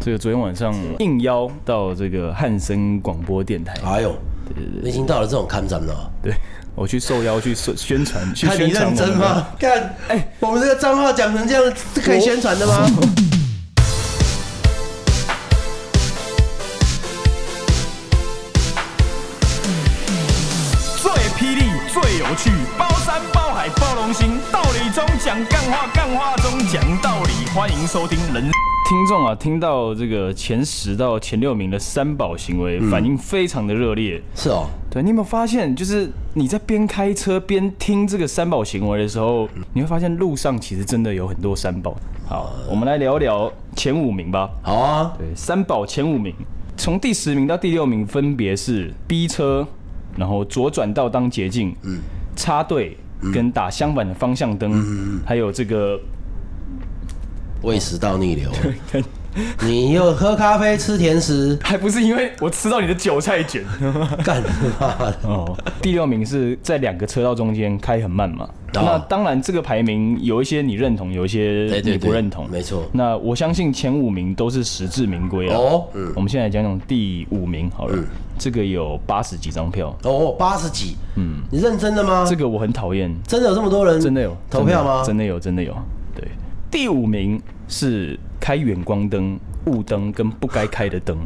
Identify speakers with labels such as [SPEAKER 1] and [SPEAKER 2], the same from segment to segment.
[SPEAKER 1] 这个昨天晚上应邀到这个汉森广播电台，
[SPEAKER 2] 哎呦，已经到了这种看展了，
[SPEAKER 1] 对我去受邀去宣宣传，去
[SPEAKER 2] 看
[SPEAKER 1] 宣
[SPEAKER 2] 你
[SPEAKER 1] 传
[SPEAKER 2] 认
[SPEAKER 1] 我
[SPEAKER 2] 真
[SPEAKER 1] 们的
[SPEAKER 2] 吗？看，哎，我们这个账号讲成这样，是可以宣传的吗？
[SPEAKER 3] 最霹雳、最有趣，包山包海包容心，道理中讲干话，干话中讲道理。欢迎收听人
[SPEAKER 1] 听众啊，听到这个前十到前六名的三宝行为，
[SPEAKER 2] 嗯
[SPEAKER 1] 反应非常的热烈。
[SPEAKER 2] 是哦，
[SPEAKER 1] 对，你有没有发现，就是你在边开车边听这个三宝行为的时候，你会发现路上其实真的有很多三宝。好，我们来聊聊前五名吧。
[SPEAKER 2] 好啊，
[SPEAKER 1] 呃对，三宝前五名，从第十名到第六名分别是逼车，然后左转道当捷径，嗯，插队跟打相反的方向灯，还有这个，
[SPEAKER 2] 胃食道逆流，你又喝咖啡吃甜食
[SPEAKER 1] 还不是因为我吃到你的韭菜卷。
[SPEAKER 2] 干嘛的？
[SPEAKER 1] 哦，第六名是在两个车道中间开很慢嘛。
[SPEAKER 2] 哦
[SPEAKER 1] 那当然，这个排名有一些你认同，有一些
[SPEAKER 2] 对对
[SPEAKER 1] 你不
[SPEAKER 2] 对
[SPEAKER 1] 认同。
[SPEAKER 2] 没错
[SPEAKER 1] 那我相信前五名都是实至名归啊。
[SPEAKER 2] 哦嗯
[SPEAKER 1] 我们现在讲讲第五名好了，这个有八十几张票，
[SPEAKER 2] 哦，八十几，嗯，你认真的吗？
[SPEAKER 1] 这个我很讨厌，
[SPEAKER 2] 真的有这么多人？
[SPEAKER 1] 真的有
[SPEAKER 2] 嗯投票吗？
[SPEAKER 1] 真的有，真的有。对，第五名是开远光灯、雾灯跟不该开的灯，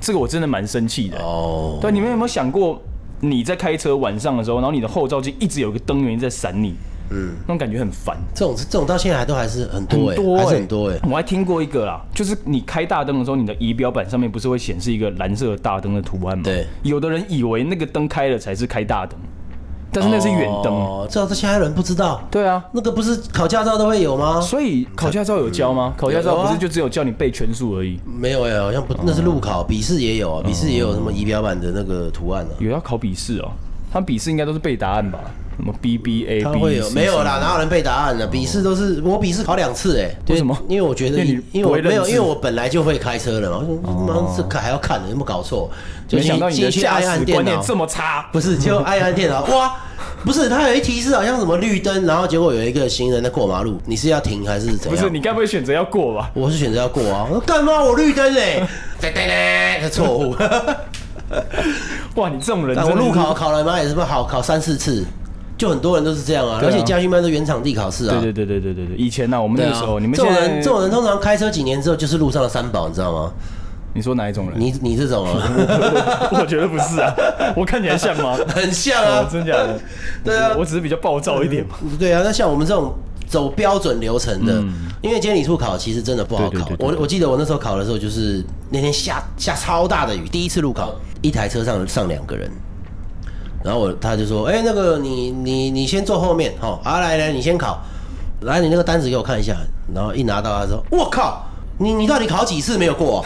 [SPEAKER 1] 这个我真的蛮生气的。
[SPEAKER 2] 哦，
[SPEAKER 1] 对，你们有没有想过，你在开车晚上的时候，然后你的后照镜一直有一个灯源在闪你，嗯，那种感觉很烦。
[SPEAKER 2] 这种这种到现在还都还是很多哎、
[SPEAKER 1] 多
[SPEAKER 2] 还
[SPEAKER 1] 欸
[SPEAKER 2] 是很多哎、
[SPEAKER 1] 我还听过一个啦，就是你开大灯的时候，你的仪表板上面不是会显示一个蓝色的大灯的图案吗？
[SPEAKER 2] 对
[SPEAKER 1] 有的人以为那个灯开了才是开大灯，但是那是远灯。
[SPEAKER 2] 哦，这这现在人不知道。
[SPEAKER 1] 对啊，
[SPEAKER 2] 那个不是考驾照都会有吗？
[SPEAKER 1] 所以考驾照有教吗？考驾
[SPEAKER 2] 有
[SPEAKER 1] 照
[SPEAKER 2] 啊
[SPEAKER 1] 不是就只有叫你背圈数而已，
[SPEAKER 2] 没有哎、好像不，那是路考，笔试也有
[SPEAKER 1] 哦
[SPEAKER 2] 啊，笔试也有什么仪表板的那个图案啊。
[SPEAKER 1] 有要考笔试哦。他笔试应该都是背答案吧？什么 B B A
[SPEAKER 2] 他
[SPEAKER 1] B
[SPEAKER 2] 会有没有啦？哪有人背答案呢、啊笔试都是我笔试考两次哎、对
[SPEAKER 1] 哦为什么
[SPEAKER 2] 因为我觉
[SPEAKER 1] 因
[SPEAKER 2] 得
[SPEAKER 1] 为你
[SPEAKER 2] 因因为
[SPEAKER 1] 不
[SPEAKER 2] 我
[SPEAKER 1] 会认
[SPEAKER 2] 没有，
[SPEAKER 1] 字
[SPEAKER 2] 因为我本来就会开车了嘛。我说妈，这看还要看的，有没有搞错？就
[SPEAKER 1] 哦没想
[SPEAKER 2] 进
[SPEAKER 1] 到你的
[SPEAKER 2] 进去
[SPEAKER 1] 驾
[SPEAKER 2] 按
[SPEAKER 1] 驶
[SPEAKER 2] 按电
[SPEAKER 1] 观念
[SPEAKER 2] 脑
[SPEAKER 1] 这么差。
[SPEAKER 2] 不是，就按一按 电脑，哇，不是，它有一提示啊好像什么绿灯，然后结果有一个行人在过马路，你是要停还是怎
[SPEAKER 1] 不
[SPEAKER 2] 样？
[SPEAKER 1] 是，你该不会选择要过吧？
[SPEAKER 2] 我是选择要过啊。我说干嘛？我绿灯欸 嘞，对对对，错误。
[SPEAKER 1] 哇，你这种人真
[SPEAKER 2] 但
[SPEAKER 1] 的
[SPEAKER 2] 我
[SPEAKER 1] 是，
[SPEAKER 2] 路考考了嘛，也是不好考三四次，就很多人都是这样啊，
[SPEAKER 1] 对啊
[SPEAKER 2] 而且家训班都原场地考试啊。
[SPEAKER 1] 对对对对对对对，以前呢、我们
[SPEAKER 2] 对
[SPEAKER 1] 那
[SPEAKER 2] 啊
[SPEAKER 1] 个时候，你们
[SPEAKER 2] 这种
[SPEAKER 1] 现在
[SPEAKER 2] 人，这种人通常开车几年之后就是路上的三宝，你知道吗？
[SPEAKER 1] 你说哪一种人？
[SPEAKER 2] 你你这种啊，
[SPEAKER 1] 我觉得不是啊， 我看起来像 吗？
[SPEAKER 2] 很像
[SPEAKER 1] 哦
[SPEAKER 2] 啊，
[SPEAKER 1] 真假的？
[SPEAKER 2] 对啊
[SPEAKER 1] 我只是比较暴躁一点嘛。
[SPEAKER 2] 对啊，那像我们这种走标准流程的，因为监理处考其实真的不好考。
[SPEAKER 1] 嗯对对对对
[SPEAKER 2] 我我记得我那时候考的时候，就是那天下下超大的雨，第一次路考，一台车上上两个人。然后我他就说：“哎、那个你你你先坐后面，好、啊，来来，你先考，来你那个单子给我看一下。”然后一拿到，他说：“我靠，你你到底考几次没 有过？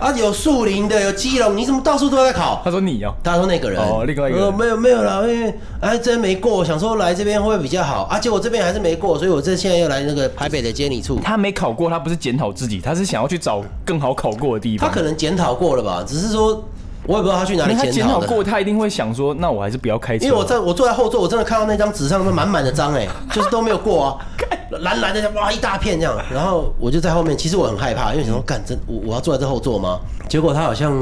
[SPEAKER 2] 啊，有树林的，有基隆，你怎么到处都在考？”
[SPEAKER 1] 他说你哦、
[SPEAKER 2] 他说那个人，
[SPEAKER 1] 哦另外一个人
[SPEAKER 2] 我说没有没有啦，因为哎真没过，想说来这边会不会比较好啊，结果这边还是没过，所以我这现在又来那个台北的监理处，
[SPEAKER 1] 他没考过，他不是检讨自己，他是想要去找更好考过的地
[SPEAKER 2] 他
[SPEAKER 1] 方。
[SPEAKER 2] 可能检讨过了吧，只是说我也不知道他去哪
[SPEAKER 1] 因
[SPEAKER 2] 里
[SPEAKER 1] 为他检
[SPEAKER 2] 讨
[SPEAKER 1] 讨
[SPEAKER 2] 的，
[SPEAKER 1] 过，他一定会想说，那我还是不要开车。
[SPEAKER 2] 因为我在我坐在后座，我真的看到那张纸上都满满的章哎、就是都没有过啊，蓝蓝的哇一大片这样，然后我就在后面，其实我很害怕，因为想说干真我我要坐在这后座吗？结果他好像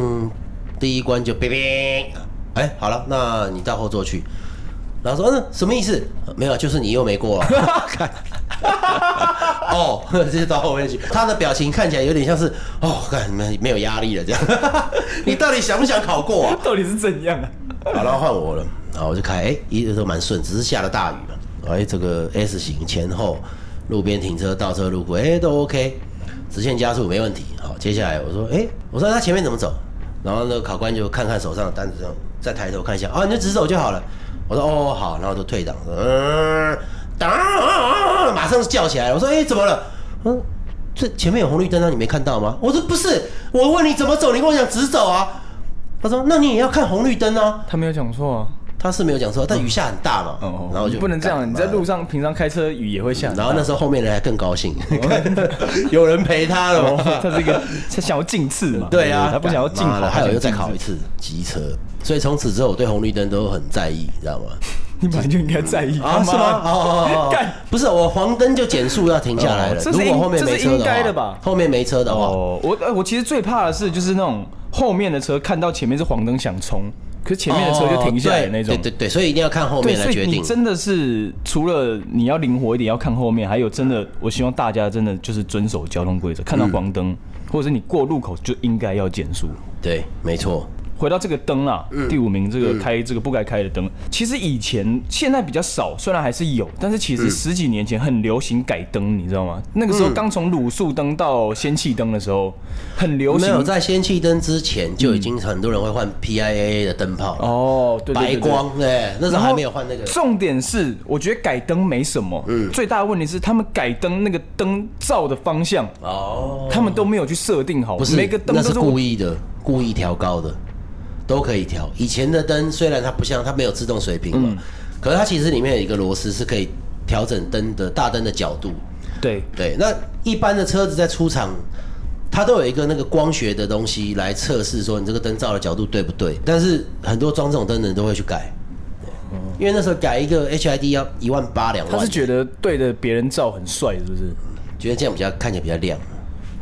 [SPEAKER 2] 第一关就哔哔，哎好了，那你到后座去。然后说嗯什么意思？没有，就是你又没过了。看哦， 这就到后面去。他的表情看起来有点像是哦，干没没有压力了这样。 你到底想不想考过啊？
[SPEAKER 1] 到底是怎样啊？
[SPEAKER 2] 好，然后换我了，好，我就开，哎、一直都蛮顺，只是下了大雨嘛，哎、这个 S 型前后路边停车、倒车入库，哎、都 OK，直线加速没问题。好，接下来我说，哎、我说那前面怎么走？然后那个考官就看看手上的单子上，再抬头看一下，啊，你就直走就好了。我说哦好，然后就退档，嗯，当、马上叫起来了。我说哎、怎么了？嗯，这前面有红绿灯啊，你没看到吗？我说不是，我问你怎么走，你跟我讲直走啊。他说那你也要看红绿灯啊。
[SPEAKER 1] 他没有讲错啊。
[SPEAKER 2] 他是没有讲错，但雨下很大嘛，
[SPEAKER 1] 哦，
[SPEAKER 2] 然后我就
[SPEAKER 1] 不能这样，
[SPEAKER 2] 干
[SPEAKER 1] 你在路上平常开车雨也会下。
[SPEAKER 2] 然后那时候后面人还更高兴， 有人陪他了嘛。
[SPEAKER 1] 哦他是一个他想要进刺嘛？
[SPEAKER 2] 对啊，
[SPEAKER 1] 他不想要进
[SPEAKER 2] 干妈
[SPEAKER 1] 跑，
[SPEAKER 2] 的还有又再
[SPEAKER 1] 他想
[SPEAKER 2] 考
[SPEAKER 1] 进
[SPEAKER 2] 一
[SPEAKER 1] 刺。
[SPEAKER 2] 次机车，所以从此之后我对红绿灯都很在意，你知道吗？
[SPEAKER 1] 你本来就应该在意他
[SPEAKER 2] 啊，
[SPEAKER 1] 妈
[SPEAKER 2] 是吗？哦哦哦哦
[SPEAKER 1] 干，
[SPEAKER 2] 不是，我黄灯就减速要停下来了。
[SPEAKER 1] 哦这
[SPEAKER 2] 如
[SPEAKER 1] 是
[SPEAKER 2] 果
[SPEAKER 1] 应
[SPEAKER 2] 后面没
[SPEAKER 1] 这是
[SPEAKER 2] 车
[SPEAKER 1] 应该的
[SPEAKER 2] 的话
[SPEAKER 1] 吧，
[SPEAKER 2] 后面没车的话，
[SPEAKER 1] 哦，我呃我其实最怕的是就是那种后面的车看到前面是黄灯想冲，可是前面的车就停下来的那种。
[SPEAKER 2] 哦对对对，所以一定要看后
[SPEAKER 1] 对，
[SPEAKER 2] 面来
[SPEAKER 1] 所
[SPEAKER 2] 决
[SPEAKER 1] 以你
[SPEAKER 2] 定。
[SPEAKER 1] 真的是除了你要灵活一点，要看后面，还有真的，我希望大家真的就是遵守交通规则，看到黄灯、或者是你过路口就应该要减速。
[SPEAKER 2] 对，没错。
[SPEAKER 1] 回到这个灯啊，第五名这个开这个不该开的灯，其实以前现在比较少，虽然还是有，但是其实十几年前很流行改灯，你知道吗？那个时候刚从卤素灯到氙气灯的时候，很流
[SPEAKER 2] 没
[SPEAKER 1] 行
[SPEAKER 2] 有在氙气灯之前，就已经很多人会换 PIA 的灯泡了，
[SPEAKER 1] 嗯哦，对对对对
[SPEAKER 2] 白光，对，那时候
[SPEAKER 1] 然后
[SPEAKER 2] 还没有换那个。
[SPEAKER 1] 重点是，我觉得改灯没什么，最大的问题是他们改灯那个灯照的方向，
[SPEAKER 2] 哦，
[SPEAKER 1] 他们都没有去设定好，
[SPEAKER 2] 不是，
[SPEAKER 1] 每个灯
[SPEAKER 2] 那
[SPEAKER 1] 都
[SPEAKER 2] 是
[SPEAKER 1] 是
[SPEAKER 2] 故意的，故意调高的，都可以调。以前的灯虽然它不像，它没有自动水平嘛，
[SPEAKER 1] 嗯
[SPEAKER 2] 可是它其实里面有一个螺丝是可以调整灯的大灯的角度。
[SPEAKER 1] 对，
[SPEAKER 2] 对，那一般的车子在出厂，它都有一个那个光学的东西来测试说你这个灯照的角度对不对。但是很多装这种灯的人都会去改，对因为那时候改一个 HID 要一万八两
[SPEAKER 1] 他
[SPEAKER 2] 万
[SPEAKER 1] 哦是，觉得对着别人照很帅，是不是？
[SPEAKER 2] 觉得这样比较看起来比较亮。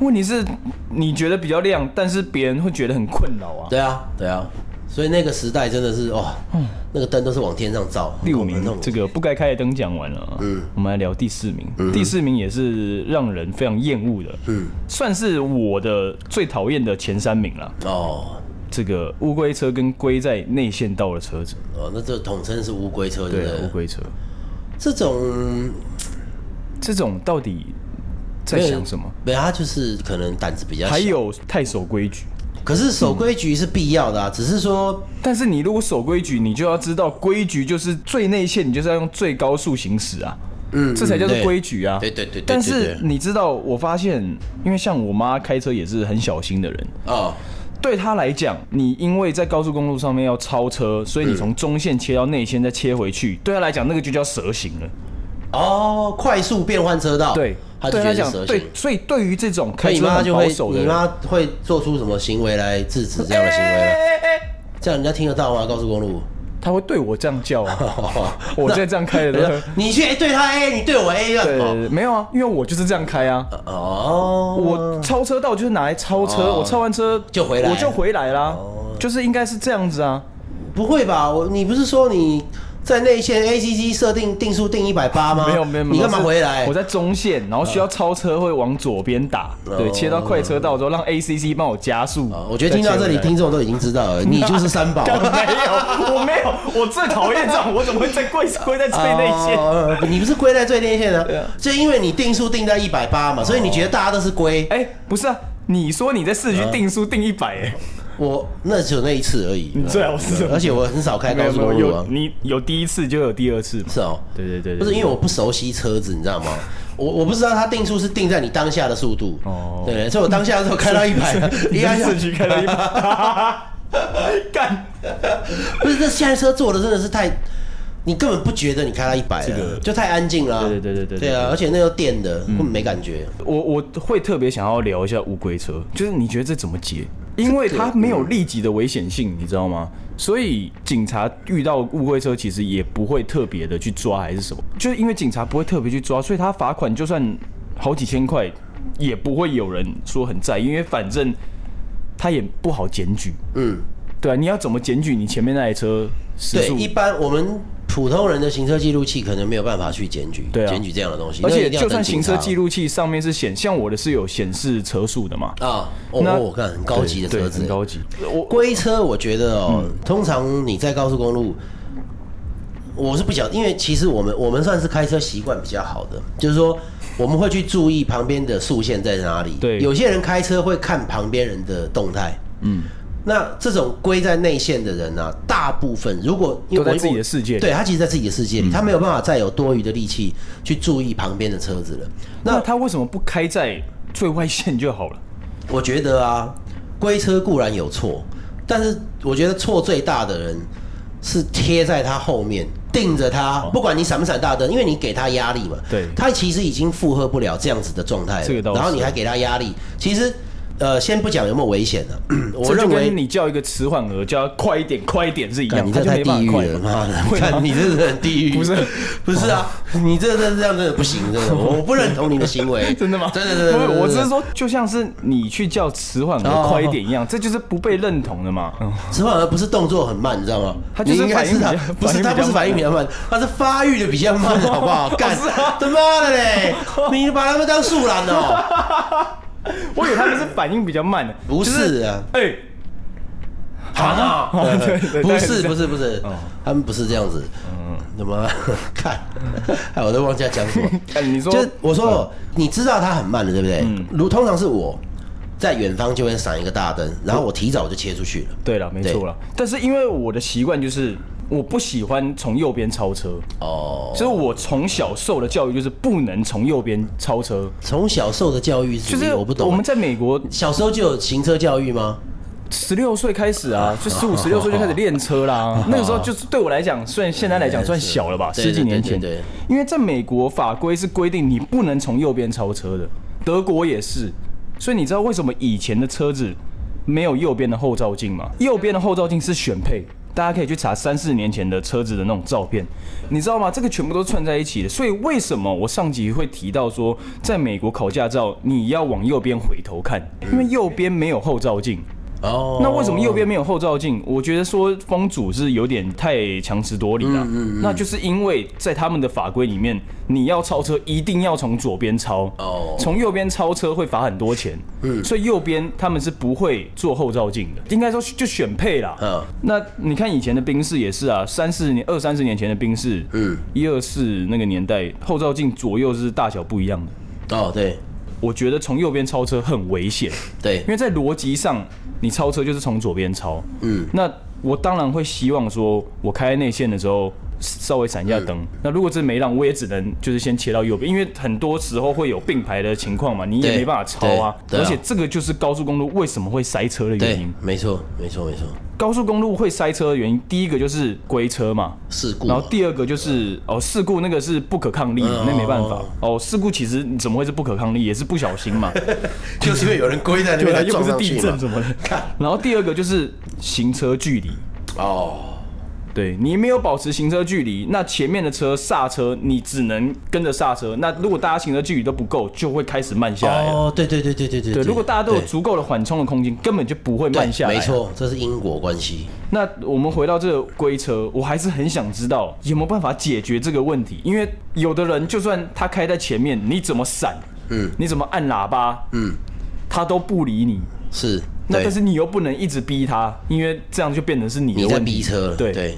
[SPEAKER 1] 问题是你觉得比较亮，但是别人会觉得很困扰啊。
[SPEAKER 2] 对啊，对啊，所以那个时代真的是哇，那个灯都是往天上照，
[SPEAKER 1] 第五
[SPEAKER 2] 很恐怖
[SPEAKER 1] 名
[SPEAKER 2] 很恐怖
[SPEAKER 1] 这个不该开的灯讲完了，嗯，我们来聊第四名。第四名也是让人非常厌恶的，嗯，算是我的最讨厌的前三名了。
[SPEAKER 2] 哦
[SPEAKER 1] 这个乌龟车跟龟在内线道的车子，
[SPEAKER 2] 哦，那这统称是乌龟车，对不
[SPEAKER 1] 啊乌
[SPEAKER 2] 对？
[SPEAKER 1] 龟车，
[SPEAKER 2] 这种
[SPEAKER 1] 这种到底在想什么？？
[SPEAKER 2] 没有没有，他就是可能胆子比较小。
[SPEAKER 1] 还，有太守规矩，
[SPEAKER 2] 可是守规矩是必要的啊，只是说
[SPEAKER 1] 但是你如果守规矩，你就要知道规矩就是最内线，你就是要用最高速行驶啊，嗯，这才叫做规矩啊。
[SPEAKER 2] 对对对对对
[SPEAKER 1] 但是
[SPEAKER 2] 对
[SPEAKER 1] 你知道，我发现，因为像我妈开车也是很小心的人，
[SPEAKER 2] 哦，
[SPEAKER 1] 对她来讲，你因为在高速公路上面要超车，所以
[SPEAKER 2] 嗯
[SPEAKER 1] 你从中线切到内线再切回去，对她来讲那个就叫蛇行了。
[SPEAKER 2] 哦，快速变换车道，
[SPEAKER 1] 对，
[SPEAKER 2] 他哦
[SPEAKER 1] 对
[SPEAKER 2] 就觉
[SPEAKER 1] 她
[SPEAKER 2] 得是
[SPEAKER 1] 讲，
[SPEAKER 2] 蛇
[SPEAKER 1] 对
[SPEAKER 2] 形，。
[SPEAKER 1] 所以对于这种
[SPEAKER 2] 可
[SPEAKER 1] 开
[SPEAKER 2] 你
[SPEAKER 1] 车
[SPEAKER 2] 妈
[SPEAKER 1] 很
[SPEAKER 2] 就
[SPEAKER 1] 保
[SPEAKER 2] 会，
[SPEAKER 1] 守的
[SPEAKER 2] 你
[SPEAKER 1] 人，
[SPEAKER 2] 妈会做出什么行为来制止这样的行为啊呢？
[SPEAKER 1] 哎哎哎
[SPEAKER 2] 这样人家听得到吗？高速公路？
[SPEAKER 1] 他会对我这样叫啊，我在这样开的时 候，
[SPEAKER 2] 你去哎对他 A，你对我 A 了。哦
[SPEAKER 1] 对，没有啊，因为我就是这样开啊，
[SPEAKER 2] 哦，
[SPEAKER 1] 我超车道就是拿来超车，
[SPEAKER 2] 哦
[SPEAKER 1] 我超完车
[SPEAKER 2] 就回来
[SPEAKER 1] 我就回来啦，就是应该是这样子啊，
[SPEAKER 2] 不会吧？我你不是说你在内线 ACC 设定定数定一百八吗？
[SPEAKER 1] 没有没有，没有
[SPEAKER 2] 哦你干嘛
[SPEAKER 1] 是
[SPEAKER 2] 回来？
[SPEAKER 1] 我在中线，然后需要超车会往左边打，对，切到快车道之后让 ACC 帮我加速
[SPEAKER 2] 啊，哦我觉得听到这里，
[SPEAKER 1] 再切回来
[SPEAKER 2] 听众都已经知道 了，你就是三宝。
[SPEAKER 1] 干没有， 我没有，我最讨厌这种，我怎么会在跪跪在最内线？啊
[SPEAKER 2] 哦你不是归在最内线的，就因为你定数定在一百八
[SPEAKER 1] 哦
[SPEAKER 2] 嘛，所以你觉得大家都是归。
[SPEAKER 1] 哎，不是啊，你说你在市区定速定一百，哎，
[SPEAKER 2] 我那只有那一次而已。
[SPEAKER 1] 你最好是什么
[SPEAKER 2] 而且我很少开
[SPEAKER 1] 没
[SPEAKER 2] 高
[SPEAKER 1] 有
[SPEAKER 2] 速
[SPEAKER 1] 没有
[SPEAKER 2] 公路啊
[SPEAKER 1] 有，你有第一次就有第二次嘛？
[SPEAKER 2] 是哦。
[SPEAKER 1] 对对对对
[SPEAKER 2] 不是因为我不熟悉车子，你知道吗？我我不知道它定速是定在你当下的速度。
[SPEAKER 1] 哦。
[SPEAKER 2] 哦对，所以我当下的时候开到一 百，
[SPEAKER 1] 你
[SPEAKER 2] 一
[SPEAKER 1] 在
[SPEAKER 2] 按下
[SPEAKER 1] 市区开到一 百，干，
[SPEAKER 2] 不是，这现在车做的真的是太，你根本不觉得你开到一百
[SPEAKER 1] 这
[SPEAKER 2] 了，
[SPEAKER 1] 个
[SPEAKER 2] 就太安静了啊。
[SPEAKER 1] 对对对对对嗯
[SPEAKER 2] 对啊，而且那又电的，根本没感觉。
[SPEAKER 1] 我我会特别想要聊一下乌龟车，就是你觉得这怎么解？因为它没有立即的危险性，你知道吗？所以警察遇到乌龟车，其实也不会特别的去抓还是什么，就是因为警察不会特别去抓，所以他罚款就算好几千块，也不会有人说很在意，因为反正他也不好检举。
[SPEAKER 2] 嗯，
[SPEAKER 1] 对啊，你要怎么检举你前面那台车时
[SPEAKER 2] 对，
[SPEAKER 1] 速？
[SPEAKER 2] 一般我们普通人的行车记录器可能没有办法去检举，
[SPEAKER 1] 对啊
[SPEAKER 2] 检举这样的东西，
[SPEAKER 1] 而
[SPEAKER 2] 那
[SPEAKER 1] 且
[SPEAKER 2] 一定要
[SPEAKER 1] 就算
[SPEAKER 2] 等警
[SPEAKER 1] 行车
[SPEAKER 2] 察
[SPEAKER 1] 记录器上面是显，像我的是有显示车速的嘛？
[SPEAKER 2] 啊，哦，
[SPEAKER 1] 那
[SPEAKER 2] 我看很高级的
[SPEAKER 1] 对
[SPEAKER 2] 车
[SPEAKER 1] 对
[SPEAKER 2] 子
[SPEAKER 1] 很，高级。我嗯
[SPEAKER 2] 龟车，我觉得哦，通常你在高速公路，我是不晓得，因为其实我们我们算是开车习惯比较好的，就是说我们会去注意旁边的速线在哪里。
[SPEAKER 1] 对
[SPEAKER 2] 有些人开车会看旁边人的动态。嗯，那这种龟在内线的人啊，大部分如果因为
[SPEAKER 1] 都在
[SPEAKER 2] 我
[SPEAKER 1] 自己的世界里嗯
[SPEAKER 2] 对他其实，在自己的世界里，他没有办法再有多余的力气去注意旁边的车子了。
[SPEAKER 1] 那他为什么不开在最外线就好了？
[SPEAKER 2] 我觉得啊，龟车固然有错，但是我觉得错最大的人是贴在他后面，盯着他，不管你闪不闪大灯，因为你给他压力嘛。
[SPEAKER 1] 哦对
[SPEAKER 2] 他其实已经负荷不了这样子的状态
[SPEAKER 1] 这个
[SPEAKER 2] 了，
[SPEAKER 1] 倒是
[SPEAKER 2] 然后你还给他压力，其实呃，先不讲有没有危 险呢、啊我
[SPEAKER 1] 这就
[SPEAKER 2] 认为
[SPEAKER 1] 跟你叫一个迟缓儿叫他快一点、快一点是一
[SPEAKER 2] 干
[SPEAKER 1] 样，
[SPEAKER 2] 你
[SPEAKER 1] 他
[SPEAKER 2] 这
[SPEAKER 1] 就
[SPEAKER 2] 太
[SPEAKER 1] 没
[SPEAKER 2] 地
[SPEAKER 1] 办
[SPEAKER 2] 狱
[SPEAKER 1] 法快
[SPEAKER 2] 了，妈的！
[SPEAKER 1] 会吗
[SPEAKER 2] 看你这是很地狱，
[SPEAKER 1] 不是哦
[SPEAKER 2] 不是啊？你这这这样真的不行，真的，我不认同你的行 为。
[SPEAKER 1] 真的吗？
[SPEAKER 2] 真的真的真的。
[SPEAKER 1] 不是，我只是
[SPEAKER 2] 真的，
[SPEAKER 1] 说，就像是你去叫迟缓
[SPEAKER 2] 哦
[SPEAKER 1] 儿快一点一样，这就是不被认同的嘛。嗯
[SPEAKER 2] 迟缓儿不是动作很慢，你知道吗？
[SPEAKER 1] 他就是
[SPEAKER 2] 你应该是他
[SPEAKER 1] 反应比较
[SPEAKER 2] 不
[SPEAKER 1] 反应比较啊
[SPEAKER 2] 是他不是反应比较慢，他是发育的比 较慢，好不好？干他妈的嘞！你把他们当树懒 哦？
[SPEAKER 1] 我以为他们是反应比较慢的，
[SPEAKER 2] 不是啊，
[SPEAKER 1] 哎、
[SPEAKER 2] 啊，
[SPEAKER 1] 哦 对对对哦
[SPEAKER 2] 不
[SPEAKER 1] 大概是
[SPEAKER 2] 是
[SPEAKER 1] 这样
[SPEAKER 2] 不是不是，他们不是这样子。嗯，那么看，哎，我都忘记要讲什么。
[SPEAKER 1] 哎 你说嗯
[SPEAKER 2] 就是我说，你知道他很慢的，对不对？如通常是我在远方就会闪一个大灯，然后我提早就切出去了。
[SPEAKER 1] 对了，没错了。但是因为我的习惯就是，我不喜欢从右边超车，
[SPEAKER 2] 哦，
[SPEAKER 1] 所以我从小受的教育就是不能从右边超车。
[SPEAKER 2] 从小受的教育是
[SPEAKER 1] 就是
[SPEAKER 2] 我不懂。啊
[SPEAKER 1] 我们在美国
[SPEAKER 2] 小时候就有行车教育吗？
[SPEAKER 1] 十六岁开始啊，就 十五、十六岁就开始练车啦。那个时候就是对我来讲，虽然现在来讲算小了吧，
[SPEAKER 2] 对
[SPEAKER 1] 十几年
[SPEAKER 2] 对
[SPEAKER 1] 前
[SPEAKER 2] 对对对。
[SPEAKER 1] 因为在美国法规是规定你不能从右边超车的，德国也是。所以你知道为什么以前的车子没有右边的后照镜吗？右边的后照镜是选配。大家可以去查三四年前的车子的那种照片，你知道吗？这个全部都串在一起的。所以为什么我上集会提到说，在美国考驾照你要往右边回头看，因为右边没有后照镜。
[SPEAKER 2] 哦，
[SPEAKER 1] 那为什么右边没有后照镜？我觉得说风阻是有点太强词夺理了。
[SPEAKER 2] 嗯
[SPEAKER 1] 那就是因为在他们的法规里面，你要超车一定要从左边超，
[SPEAKER 2] 哦
[SPEAKER 1] 从右边超车会罚很多钱。嗯，所以右边他们是不会做后照镜的，应该说就选配啦。
[SPEAKER 2] 嗯
[SPEAKER 1] 那你看以前的宾士也是啊，三四年、二三十年前的宾士，
[SPEAKER 2] 嗯
[SPEAKER 1] 嗯，一二四那个年代后照镜左右是大小不一样的。
[SPEAKER 2] 哦，对
[SPEAKER 1] 我觉得从右边超车很危险。
[SPEAKER 2] 对
[SPEAKER 1] 因，为在逻辑上，你超车就是从左边超，嗯，那我当然会希望说，我开内线的时候稍微闪一下灯。
[SPEAKER 2] 嗯
[SPEAKER 1] 那如果真没让，我也只能就是先切到右边，因为很多时候会有并排的情况嘛，你也
[SPEAKER 2] 对
[SPEAKER 1] 没办法超啊。
[SPEAKER 2] 对对啊
[SPEAKER 1] 而且这个就是高速公路为什么会塞车的原
[SPEAKER 2] 对
[SPEAKER 1] 因。，
[SPEAKER 2] 没错没错没错，
[SPEAKER 1] 高速公路会塞车的原因，第一个就是龟车嘛，
[SPEAKER 2] 事故啊嗯嘛。
[SPEAKER 1] 然后第二个就是哦，事故那个是不可抗力的，那没办法哦。事故其实你怎么会是不可抗力，也是不小心嘛。
[SPEAKER 2] 就是因为有人跪在那
[SPEAKER 1] 对
[SPEAKER 2] 边
[SPEAKER 1] 啊，
[SPEAKER 2] 才
[SPEAKER 1] 又不
[SPEAKER 2] 撞
[SPEAKER 1] 是
[SPEAKER 2] 上去
[SPEAKER 1] 地震
[SPEAKER 2] 嘛。
[SPEAKER 1] 什么的。然后第二个就是行车距离，
[SPEAKER 2] 哦，
[SPEAKER 1] 对你没有保持行车距离，那前面的车刹车，你只能跟着刹车。那如果大家行车距离都不够，就会开始慢下来了。
[SPEAKER 2] 哦，对对对对对对
[SPEAKER 1] 对，如果大家都有
[SPEAKER 2] 对
[SPEAKER 1] 足够的缓冲的空间，根本就不会慢下来。啊
[SPEAKER 2] 没。错，这是因果关系。
[SPEAKER 1] 那我们回到这个龟车，我还是很想知道有没有办法解决这个问题，因为有的人就算他开在前面，你怎么闪，
[SPEAKER 2] 嗯
[SPEAKER 1] 你怎么按喇叭，
[SPEAKER 2] 嗯，
[SPEAKER 1] 他都不理你。
[SPEAKER 2] 是。
[SPEAKER 1] 那
[SPEAKER 2] 对
[SPEAKER 1] 但是你又不能一直逼他，因为这样就变成是你
[SPEAKER 2] 你
[SPEAKER 1] 的
[SPEAKER 2] 在
[SPEAKER 1] 问题。
[SPEAKER 2] 逼车了，
[SPEAKER 1] 对
[SPEAKER 2] 对。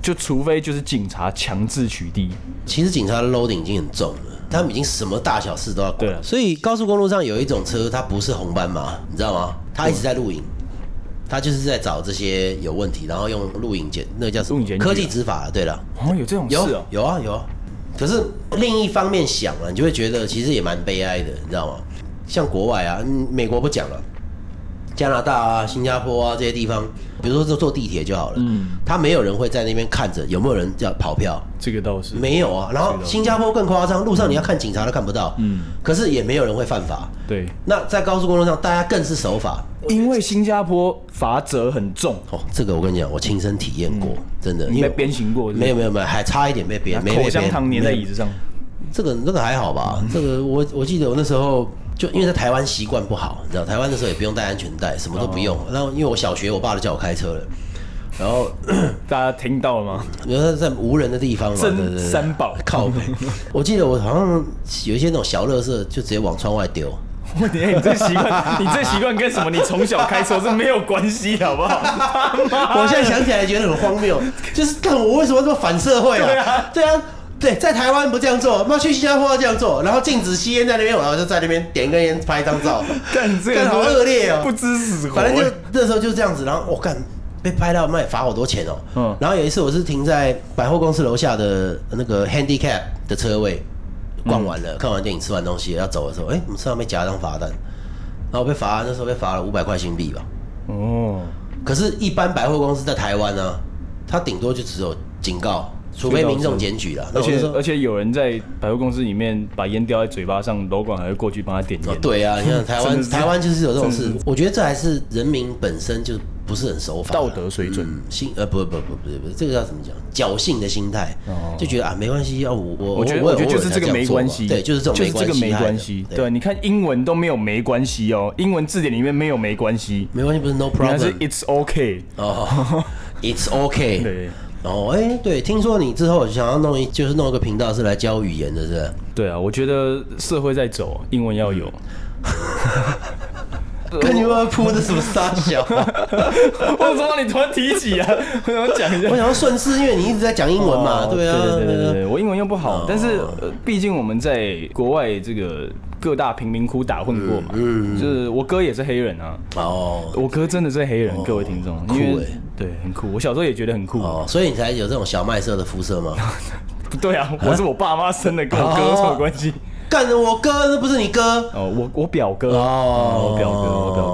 [SPEAKER 1] 就除非就是警察强制取缔，
[SPEAKER 2] 其实警察的 loading 已经很重了，他们已经什么大小事都要
[SPEAKER 1] 对。
[SPEAKER 2] 管
[SPEAKER 1] 啊
[SPEAKER 2] 所以高速公路上有一种车，它不是红斑马，你知道吗？它一直在录影，它就是在找这些有问题，然后用录影检，那个叫什
[SPEAKER 1] 录
[SPEAKER 2] 么
[SPEAKER 1] 影？检举啊
[SPEAKER 2] 科技执法了。对了，
[SPEAKER 1] 哦，有这种事
[SPEAKER 2] 有
[SPEAKER 1] 哦，
[SPEAKER 2] 有啊有啊。可是另一方面想啊，你就会觉得其实也蛮悲哀的，你知道吗？像国外啊，嗯美国不讲了，加拿大啊、新加坡啊这些地方，比如说坐坐地铁就好了，嗯，他没有人会在那边看着有没有人要跑票，
[SPEAKER 1] 这个倒是
[SPEAKER 2] 没有啊。然后新加坡更夸张，路上你要看警察都看不到，嗯，可是也没有人会犯法。
[SPEAKER 1] 对，
[SPEAKER 2] 那在高速公路上，大家更是守法。
[SPEAKER 1] 因为新加坡罚则很重，
[SPEAKER 2] 哦，这个我跟你讲，我亲身体验过，真的。
[SPEAKER 1] 嗯你
[SPEAKER 2] 因为
[SPEAKER 1] 被鞭刑过是不是
[SPEAKER 2] 没有没有没有，还差一点被鞭，没被
[SPEAKER 1] 口香
[SPEAKER 2] 鞭
[SPEAKER 1] 糖粘在椅
[SPEAKER 2] 没
[SPEAKER 1] 子上，嗯
[SPEAKER 2] 这个这个还好吧？这个我我记得我那时候就因为在台湾习惯不好，你知道台湾那时候也不用戴安全带，什么都不用。
[SPEAKER 1] 哦
[SPEAKER 2] 然后因为我小学我爸就叫我开车了，然后
[SPEAKER 1] 大家听到了吗？
[SPEAKER 2] 你说在无人的地方嘛，对
[SPEAKER 1] 真
[SPEAKER 2] 对对
[SPEAKER 1] 三宝
[SPEAKER 2] 靠北。 我记得我好像有一些那种小垃圾就直接往窗外丢，
[SPEAKER 1] 问题，哎你这习惯，你这习惯跟什么？你从小开车是没有关系的，好不好？ 他妈
[SPEAKER 2] 我现在想起来觉得很荒谬， 就是看我为什么这么反社会
[SPEAKER 1] 对
[SPEAKER 2] 啊
[SPEAKER 1] 啊？
[SPEAKER 2] 对啊，对，在台湾不这样做，妈去新加坡要这样做，然后禁止吸烟在那边，我然后就在那边点根烟拍一张照，
[SPEAKER 1] 干这个
[SPEAKER 2] 好恶劣哦，
[SPEAKER 1] 不知死活，
[SPEAKER 2] 反正就那时候就这样子，然后我干、被拍到，妈也罚好多钱哦、
[SPEAKER 1] 嗯
[SPEAKER 2] 然后有一次我是停在百货公司楼下的那个 handicap 的车位，逛完了，看完电影，吃完东西要走的时候，哎、我们车上被夹一张罚单，然后被罚那时候被罚了五百块新币吧。
[SPEAKER 1] 哦，
[SPEAKER 2] 可是，一般百货公司在台湾呢、啊，它顶多就只有警告，除非民众检举了，那
[SPEAKER 1] 而
[SPEAKER 2] 我就
[SPEAKER 1] 且
[SPEAKER 2] 说
[SPEAKER 1] 而且有人在百货公司里面把烟叼在嘴巴上，楼管还会过去帮他点
[SPEAKER 2] 哦
[SPEAKER 1] 烟。，
[SPEAKER 2] 对啊，你看台
[SPEAKER 1] 嗯真的
[SPEAKER 2] 湾，
[SPEAKER 1] 是
[SPEAKER 2] 台湾就是有这种事
[SPEAKER 1] 真的。
[SPEAKER 2] 我觉得这还是人民本身就不是很守法，
[SPEAKER 1] 道德水准
[SPEAKER 2] 嗯，心呃不不不不不，这个要怎么讲？侥幸的心态，就觉得啊没关系啊，我我
[SPEAKER 1] 哦我觉得
[SPEAKER 2] 我
[SPEAKER 1] 我觉得就是
[SPEAKER 2] 这啊
[SPEAKER 1] 这个没关系，
[SPEAKER 2] 对，就是这种
[SPEAKER 1] 就是这个没
[SPEAKER 2] 没
[SPEAKER 1] 关
[SPEAKER 2] 关
[SPEAKER 1] 系
[SPEAKER 2] 系。
[SPEAKER 1] 对，，你看英文都没有没关系哦，英文字典里面没有没关系，
[SPEAKER 2] 没关系不是 no
[SPEAKER 1] 原来是
[SPEAKER 2] problem
[SPEAKER 1] it's okay。
[SPEAKER 2] 哦，it's okay。
[SPEAKER 1] 对
[SPEAKER 2] 哦，哎，对，听说你之后想要弄一，就是弄一个频道是来教语言的，是不是？
[SPEAKER 1] 对啊，我觉得社会在走，英文要有。呃
[SPEAKER 2] 看你们铺的什么傻啊笑。 嗯
[SPEAKER 1] 我怎么你突然提起啊？ 我想讲一下
[SPEAKER 2] 我。想要顺势，因为你一直在讲英文 嘛，
[SPEAKER 1] 哦
[SPEAKER 2] 对啊，
[SPEAKER 1] 对对对对
[SPEAKER 2] 对
[SPEAKER 1] 对，
[SPEAKER 2] 啊。
[SPEAKER 1] 我英文又不好，但是呃毕竟我们在国外这个各大贫民窟打混过嘛，
[SPEAKER 2] 嗯
[SPEAKER 1] 就是我哥也是黑人啊，
[SPEAKER 2] 哦，
[SPEAKER 1] 我哥真的是黑人，各位听众，
[SPEAKER 2] 酷
[SPEAKER 1] 因为
[SPEAKER 2] 欸
[SPEAKER 1] 对，很酷，我小时候也觉得很酷。
[SPEAKER 2] 哦，所以你才有这种小麦色的肤色吗？
[SPEAKER 1] 不对啊，我是我爸妈生的，跟我哥有什么关系？
[SPEAKER 2] 干的我哥，那不是你哥，
[SPEAKER 1] 哦，我我表哥，
[SPEAKER 2] 哦
[SPEAKER 1] 哦，我表哥，我表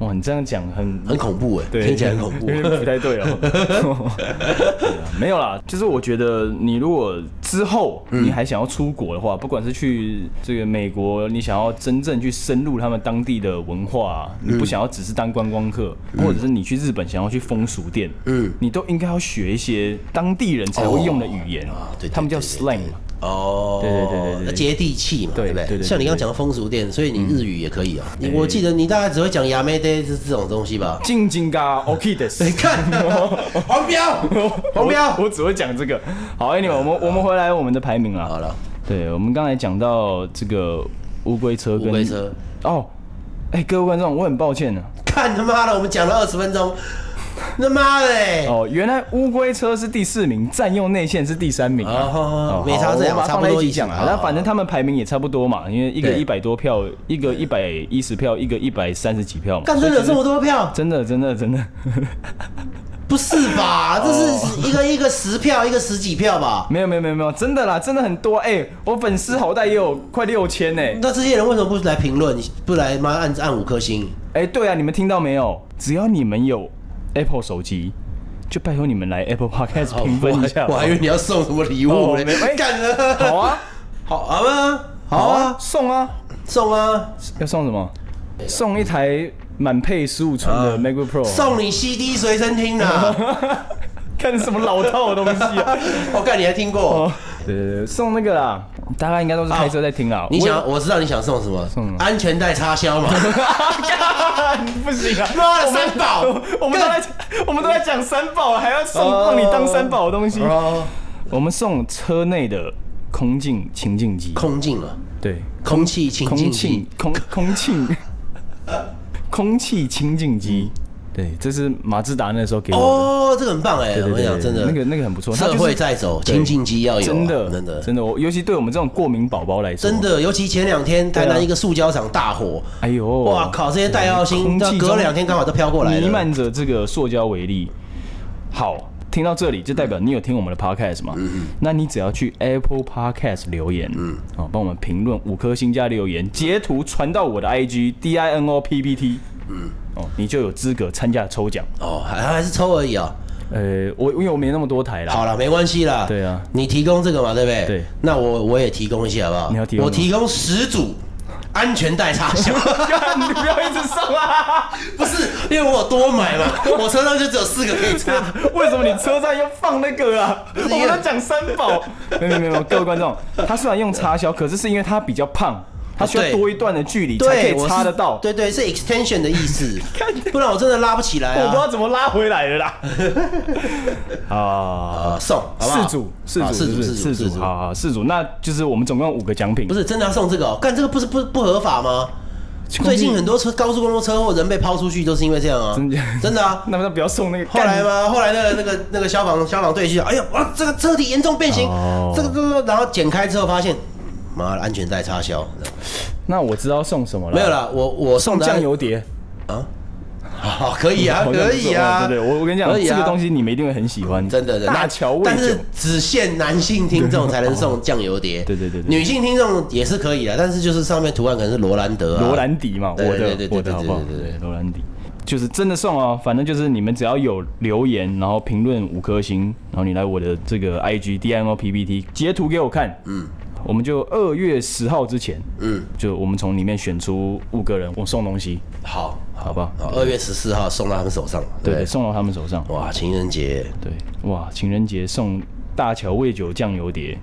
[SPEAKER 1] 哥，哇，你这样讲很
[SPEAKER 2] 很恐怖哎，
[SPEAKER 1] 对，
[SPEAKER 2] 听起来很恐 怖
[SPEAKER 1] 有。点不太对哦。对啊没有啦，就是我觉得你如果之后
[SPEAKER 2] 嗯
[SPEAKER 1] 你还想要出国的话，不管是去这个美国，你想要真正去深入他们当地的文化，
[SPEAKER 2] 嗯
[SPEAKER 1] 你不想要只是当观光客，或者是你去日本想要去风俗店，嗯
[SPEAKER 2] 嗯，
[SPEAKER 1] 你都应该要学一些当地人才会用的语言
[SPEAKER 2] 哦啊对对
[SPEAKER 1] 他们叫
[SPEAKER 2] 对对
[SPEAKER 1] slang 嘛。
[SPEAKER 2] 哦，
[SPEAKER 1] 对对对对对
[SPEAKER 2] 接地气嘛，
[SPEAKER 1] 对
[SPEAKER 2] 对不
[SPEAKER 1] 对对嗯
[SPEAKER 2] 对？
[SPEAKER 1] 对
[SPEAKER 2] 像你刚刚讲的风俗店，所以你日语也可以啊。你我记得你大概只会讲亚美爹这这种东 西吧？
[SPEAKER 1] 静静嘎 OK 的， 你看
[SPEAKER 2] 黄 标，哎黄
[SPEAKER 1] 我
[SPEAKER 2] 标。
[SPEAKER 1] 我只会讲这个。好，Anyway，我们我们回来我们的排名啊啦。
[SPEAKER 2] 好了，
[SPEAKER 1] 对，我们刚才讲到这个乌龟车跟
[SPEAKER 2] 乌龟车
[SPEAKER 1] 哦，哎、各位观众，我很抱歉呢、啊
[SPEAKER 2] 看他妈的，我们讲了二十分钟，他妈的欸！
[SPEAKER 1] 哦，原来乌龟车是第四名，占用内线是第三名、啊。
[SPEAKER 2] 哦好好好
[SPEAKER 1] 哦
[SPEAKER 2] 没差
[SPEAKER 1] 好
[SPEAKER 2] 这样
[SPEAKER 1] 我把它
[SPEAKER 2] 差不
[SPEAKER 1] 放在
[SPEAKER 2] 多
[SPEAKER 1] 一起
[SPEAKER 2] 意思
[SPEAKER 1] 讲啊
[SPEAKER 2] 好。
[SPEAKER 1] 那
[SPEAKER 2] 好
[SPEAKER 1] 反正他们排名也差不多嘛，因为一个
[SPEAKER 2] 对
[SPEAKER 1] 一百多票，一个一百一十票，一个一百三十几票嘛。
[SPEAKER 2] 干真的有这么多票？
[SPEAKER 1] 真的，真的，真的，
[SPEAKER 2] 不是
[SPEAKER 1] 哦
[SPEAKER 2] 吧？这是一个一个十票，一个十几票吧？
[SPEAKER 1] 没有，没有，没有，没有，真的啦，真的很多。哎、我粉丝好歹也有快六千呢。
[SPEAKER 2] 那这些人为什么不来评论？不来妈按按五颗星？
[SPEAKER 1] 哎、对啊，你们听到没有？只要你们有 Apple 手机，就拜托你们来 Apple Podcast 评分一下
[SPEAKER 2] 哦我还我还以为你要送什么礼物
[SPEAKER 1] 哦
[SPEAKER 2] 呢
[SPEAKER 1] 没哎？
[SPEAKER 2] 干了，
[SPEAKER 1] 好啊，
[SPEAKER 2] 好好吗？好啊，
[SPEAKER 1] 送啊！
[SPEAKER 2] 送啊，
[SPEAKER 1] 要送什么？送一台满配十五寸的 MacBook Pro，
[SPEAKER 2] 啊送你 CD 随身听
[SPEAKER 1] 哦
[SPEAKER 2] 啊！
[SPEAKER 1] 看什么老套的东西 啊！
[SPEAKER 2] 我哦看你还听过？
[SPEAKER 1] 对对对，送那个啦，大家应该都是开车在听啊啦。
[SPEAKER 2] 你
[SPEAKER 1] 我
[SPEAKER 2] 想，我知道你想送什么
[SPEAKER 1] 送什么？
[SPEAKER 2] 安全带插销嘛？
[SPEAKER 1] 不行啊！
[SPEAKER 2] 妈的，三宝！
[SPEAKER 1] 我们都在我们都在讲三宝，还要送让你当三宝的东西。
[SPEAKER 2] 哦，
[SPEAKER 1] 我们送车内的空净清净机，
[SPEAKER 2] 空净了，
[SPEAKER 1] 对，
[SPEAKER 2] 空气清
[SPEAKER 1] 空
[SPEAKER 2] 净
[SPEAKER 1] 气
[SPEAKER 2] 机。
[SPEAKER 1] 空空气 空气清净机，对，这是马自达那时候给我的。
[SPEAKER 2] 哦，这个很棒哎！
[SPEAKER 1] 对
[SPEAKER 2] 我跟你讲，
[SPEAKER 1] 对
[SPEAKER 2] 真的，
[SPEAKER 1] 那个那个很不错它就
[SPEAKER 2] 社
[SPEAKER 1] 是
[SPEAKER 2] 会在走，
[SPEAKER 1] 对
[SPEAKER 2] 清净机要有啊，
[SPEAKER 1] 真的，
[SPEAKER 2] 真的，
[SPEAKER 1] 真的，我尤其对我们这种过敏宝宝来说，
[SPEAKER 2] 真，的，尤其前两天台
[SPEAKER 1] 对啊
[SPEAKER 2] 南一个塑胶厂大火，
[SPEAKER 1] 哎呦，
[SPEAKER 2] 哇靠！这些戴耀星，
[SPEAKER 1] 空
[SPEAKER 2] 到
[SPEAKER 1] 气
[SPEAKER 2] 隔
[SPEAKER 1] 中
[SPEAKER 2] 两天刚好都飘过来
[SPEAKER 1] 弥
[SPEAKER 2] 了。
[SPEAKER 1] 漫着这个塑胶微粒。好，听到这里就代表你有听我们的 podcast 嘛？那你只要去 Apple Podcast 留言，嗯，哦，帮我们评论五颗星加留言，截图传到我的 IG D I N O P P T，嗯，哦，你就有资格参加抽奖。
[SPEAKER 2] 哦，还还是抽而已啊。
[SPEAKER 1] 呃，我因为我没那么多台啦，
[SPEAKER 2] 好了，没关系啦。
[SPEAKER 1] 对啊
[SPEAKER 2] 你提供这个嘛，对不对？
[SPEAKER 1] 对。
[SPEAKER 2] 那我我也提供一下好不好？
[SPEAKER 1] 你要提供
[SPEAKER 2] 我
[SPEAKER 1] 吗
[SPEAKER 2] 提供十组安全带 插销，
[SPEAKER 1] 干，你不要一直送啊！
[SPEAKER 2] 不是因为我有多买嘛，我车上就只有四个可 以插。
[SPEAKER 1] 为什么你车上要放那个啊？
[SPEAKER 2] 是
[SPEAKER 1] 我
[SPEAKER 2] 因为
[SPEAKER 1] 们在讲三宝。 没有没有没有，各位观众，他虽然用插销，可是是因为他比较胖，他需要
[SPEAKER 2] 对
[SPEAKER 1] 多一段的距离才可以
[SPEAKER 2] 我是
[SPEAKER 1] 插得到。
[SPEAKER 2] 对对，是 extension 的意 思，不然我真的拉不起来
[SPEAKER 1] 我不知道
[SPEAKER 2] 啊。
[SPEAKER 1] 怎么拉回来的 啦。啊，
[SPEAKER 2] 啊，送，好不
[SPEAKER 1] 四
[SPEAKER 2] 好？
[SPEAKER 1] 组，四
[SPEAKER 2] 啊
[SPEAKER 1] 组，
[SPEAKER 2] 四
[SPEAKER 1] 是不
[SPEAKER 2] 组，
[SPEAKER 1] 是
[SPEAKER 2] 四组，
[SPEAKER 1] 四
[SPEAKER 2] 四
[SPEAKER 1] 组，
[SPEAKER 2] 组。
[SPEAKER 1] 好好，四组，那就是我们总共有五个奖品
[SPEAKER 2] 不。是真的要送这个哦？干这个不是不不合法吗？最近很多车高速公路车祸人被抛出去，都是因为这样啊，
[SPEAKER 1] 真的
[SPEAKER 2] 真 的啊。
[SPEAKER 1] 那那不要送那个。
[SPEAKER 2] 后来嘛，后来那个那个那个消防消防队去，哎呀，哇，这个车体严重变形
[SPEAKER 1] 哦，
[SPEAKER 2] 这个这个，然后剪开之后发现，妈的，安全带插销，
[SPEAKER 1] 那我知道送什么了。
[SPEAKER 2] 没有，啦，我我送
[SPEAKER 1] 送
[SPEAKER 2] 的
[SPEAKER 1] 酱油碟。
[SPEAKER 2] 啊，好，可以啊，
[SPEAKER 1] 好像
[SPEAKER 2] 可
[SPEAKER 1] 不错
[SPEAKER 2] 以啊，
[SPEAKER 1] 对对，我我跟你讲，
[SPEAKER 2] 可以
[SPEAKER 1] 这
[SPEAKER 2] 啊
[SPEAKER 1] 个东西你们一定会很喜欢。
[SPEAKER 2] 真的，
[SPEAKER 1] 大
[SPEAKER 2] 那
[SPEAKER 1] 乔味
[SPEAKER 2] 但
[SPEAKER 1] 酒
[SPEAKER 2] 是。只限男性听众才能送酱油 碟，
[SPEAKER 1] 对对对对
[SPEAKER 2] 女性听众也是可以啊，但是就是上面图案可能是罗兰德啊，
[SPEAKER 1] 罗兰迪嘛，
[SPEAKER 2] 对
[SPEAKER 1] 我的
[SPEAKER 2] 对对对
[SPEAKER 1] 我的好不好？
[SPEAKER 2] 对对对
[SPEAKER 1] 对，罗兰迪。就是真的送哦，反正就是你们只要有留言，然后评论五颗星，然后你来我的这个 IG D N O P P T 截图给我看，嗯，我们就二月十号之前，嗯，就我们从里面选出五个人，我送东西，
[SPEAKER 2] 好，
[SPEAKER 1] 好不好？
[SPEAKER 2] 好，二月十四号送到他们手上，
[SPEAKER 1] 对
[SPEAKER 2] 不
[SPEAKER 1] 对，送到他们手上，
[SPEAKER 2] 哇，情人节，
[SPEAKER 1] 对，哇，情人节送大乔味酒酱油 碟，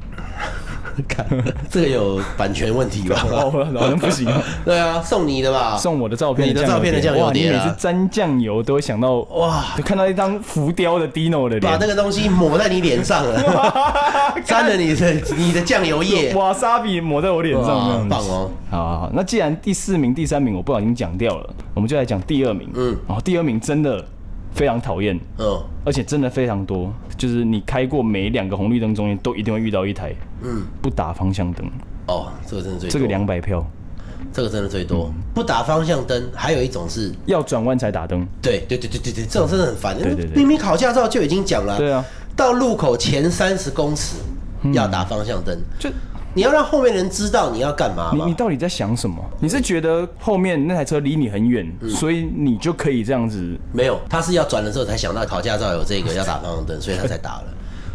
[SPEAKER 2] 看这个有版权问题 吧？
[SPEAKER 1] 哦，老人不行。
[SPEAKER 2] 对啊，送你的吧，
[SPEAKER 1] 送我的照片，
[SPEAKER 2] 你的照片的酱油
[SPEAKER 1] 哇！你
[SPEAKER 2] 碟
[SPEAKER 1] 每
[SPEAKER 2] 啊
[SPEAKER 1] 次沾酱油都会想到哇
[SPEAKER 2] 哇，
[SPEAKER 1] 就看到一张浮雕的 Dino 的
[SPEAKER 2] 把那
[SPEAKER 1] 脸，
[SPEAKER 2] 个东西抹在你脸上了，沾了你的你的酱油液，
[SPEAKER 1] 瓦萨比抹在我脸上，
[SPEAKER 2] 哇
[SPEAKER 1] 这样子
[SPEAKER 2] 棒哦！
[SPEAKER 1] 好好好，那既然第四名、第三名我不小心讲掉了，我们就来讲第二名。嗯
[SPEAKER 2] 嗯，
[SPEAKER 1] 然后第二名真的非常讨厌，
[SPEAKER 2] 嗯
[SPEAKER 1] 而且真的非常多，就是你开过每两个红绿灯中间都一定会遇到一台
[SPEAKER 2] 嗯，
[SPEAKER 1] 不打方向灯，
[SPEAKER 2] 哦，这个真的最多
[SPEAKER 1] 这个两百嗯票
[SPEAKER 2] 这个真的最多，不打方向灯，还有一种是
[SPEAKER 1] 要转弯才打灯，
[SPEAKER 2] 对对对对对对，这种真的很烦。
[SPEAKER 1] 对对对
[SPEAKER 2] 明明考驾照就已经讲了，
[SPEAKER 1] 对啊，嗯
[SPEAKER 2] 到路口前三十公尺要打方向灯，
[SPEAKER 1] 就
[SPEAKER 2] 你要让后面人知道你要干嘛
[SPEAKER 1] 你
[SPEAKER 2] 嘛
[SPEAKER 1] 你。到底在想什么？你是觉得后面那台车离你很远，
[SPEAKER 2] 嗯
[SPEAKER 1] 所以你就可以这样子
[SPEAKER 2] 没有，他是要转的时候才想到考驾照有 这个要打方向灯，所以他才打了。